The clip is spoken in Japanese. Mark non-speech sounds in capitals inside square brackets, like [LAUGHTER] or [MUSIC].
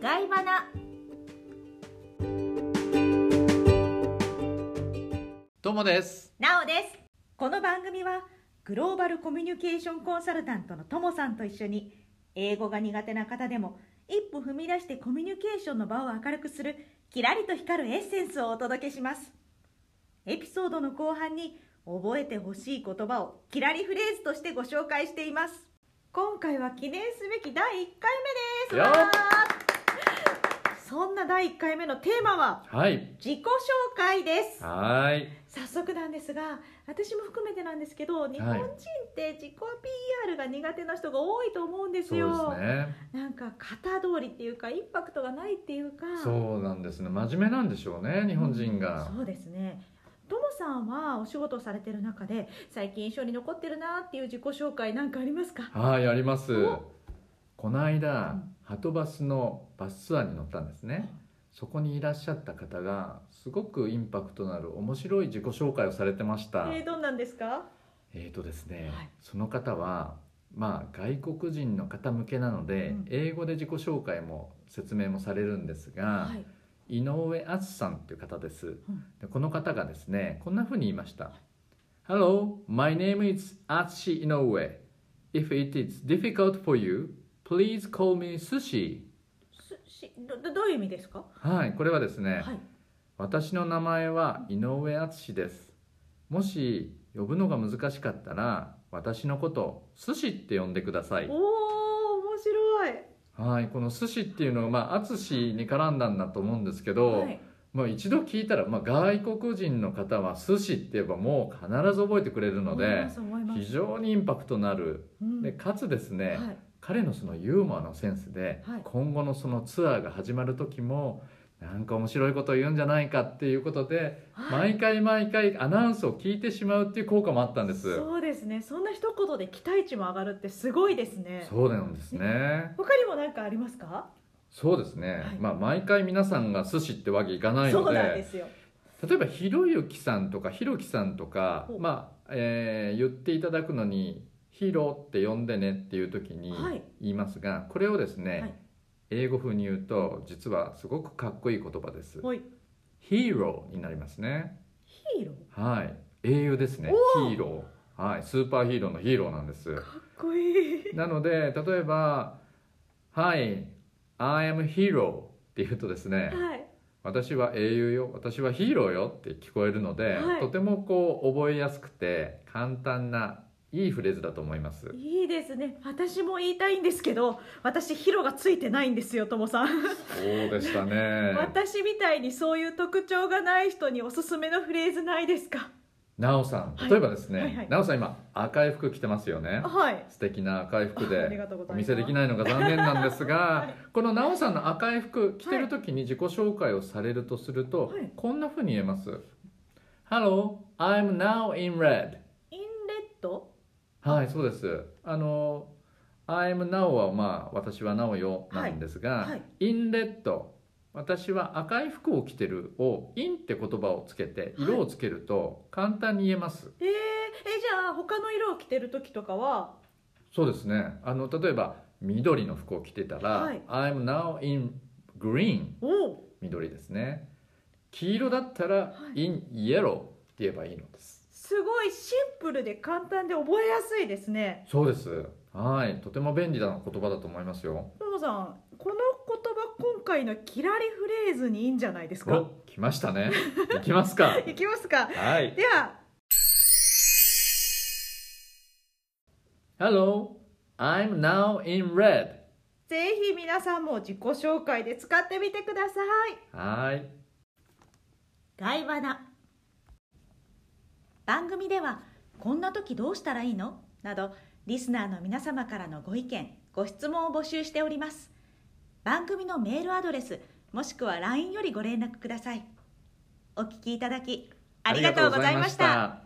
ガイバナどうもです。なおですこの番組はグローバルコミュニケーションコンサルタントのともさんと一緒に英語が苦手な方でも一歩踏み出してコミュニケーションの場を明るくするキラリと光るエッセンスをお届けしますエピソードの後半に覚えてほしい言葉をキラリフレーズとしてご紹介しています今回は記念すべき第1回目ですよっわーそんな第1回目のテーマははい。自己紹介ですはーい。早速なんですが私も含めてなんですけど日本人って自己 PR が苦手な人が多いと思うんですよ、そうですね。なんか型通りっていうかインパクトがないっていうかそうなんですね。真面目なんでしょうね、日本人が。そうですねともさんはお仕事をされてる中で最近印象に残ってるなっていう自己紹介なんかありますかはい、ありますお。この間うん、はとバスのバスツアーに乗ったんですね。そこにいらっしゃった方が、すごくインパクトのある面白い自己紹介をされてました。えー、どんなんですかえーとですね、はいその方は、まあ、外国人の方向けなので、うん英語で自己紹介も説明もされるんですが、はい井上敦さんという方です、んでこの方がですねこんなふうに言いました「Hello, my name is Atsushi Inoue. If it is difficult for you, please call me Sushi」すしどどどういう意味ですかはいこれはですね、はい私の名前は井上敦ですもし呼ぶのが難しかったら私のこと「寿司」って呼んでくださいおー面白いはいこの「寿司」っていうのはまあ敦に絡んだんだと思うんですけど、はいまあ、一度聞いたら、まあ、外国人の方は寿司って言えばもう必ず覚えてくれるの思いでます思います非常にインパクトのあるうんでかつですね、はい彼のそのユーモアのセンスで、はい今後のそのツアーが始まる時もなんか面白いこと言うんじゃないかっていうことで、はい毎回毎回アナウンスを聞いてしまうっていう効果もあったんですそうですねそんな一言で期待値も上がるってすごいですねそうなんですね他にも何かありますかそうですね、はいまあ毎回皆さんが寿司ってわけいかないのそうでなんですよ例えばひろゆきさんとかひろきさんとかほう、まあえー言っていただくのに「ひろ」って呼んでねっていう時にはい言いますが、これをですね、はい英語風に言うと実はすごくかっこいい言葉ですはい「ヒーロー」になりますねヒーローはい英雄ですねおーヒーローはいスーパーヒーローのヒーローなんですかっこいいなので例えば「はい I am hero」って言うとですね、はい私は英雄よ私はヒーローよって聞こえるので、はいとてもこう覚えやすくて簡単ないいフレーズだと思いますいいですね私も言いたいんですけど私ヒロがついてないんですよともさん、そうでしたね私みたいにそういう特徴がない人におすすめのフレーズないですか [LAUGHS] なおさんはい例えばですね、はいはいなおさん今赤い服着てますよねはい素敵な赤い服あありでがとうございますお見せできないのが残念なんですが、 [LAUGHS] はいこのなおさんの赤い服着てる時に自己紹介をされるとすると、はいこんなふうに言えます「Hello, I'm now in red」インレッドはい、そうです。あの、I'm now はまあ私はなおよはないんですが、はいインレッド私は赤い服を着てるをインって言葉をつけてはい色をつけると簡単に言えます。えー、えじゃあ他の色を着てる時とかはそうですね。あの例えば緑の服を着てたら、はい I'm now in green おお緑ですね。黄色だったら、は in yellow って言えばいいのです。すごいシンプルで簡単で覚えやすいですねそうです。はい、とても便利な言葉だと思いますよ。トモさんこの言葉今回のキラリフレーズにいいんじゃないですかお、来ましたね。いきま [LAUGHS] すか。いきますかはい。では Hello, I'm now in red. ぜひ皆さんも自己紹介で使ってみてくださいはい。ガイバナ番組ではこんな時どうしたらいいのなどリスナーの皆様からのご意見ご質問を募集しております番組のメールアドレスもしくは LINE よりご連絡くださいお聞きいただきありがとうございましたありがとうございました。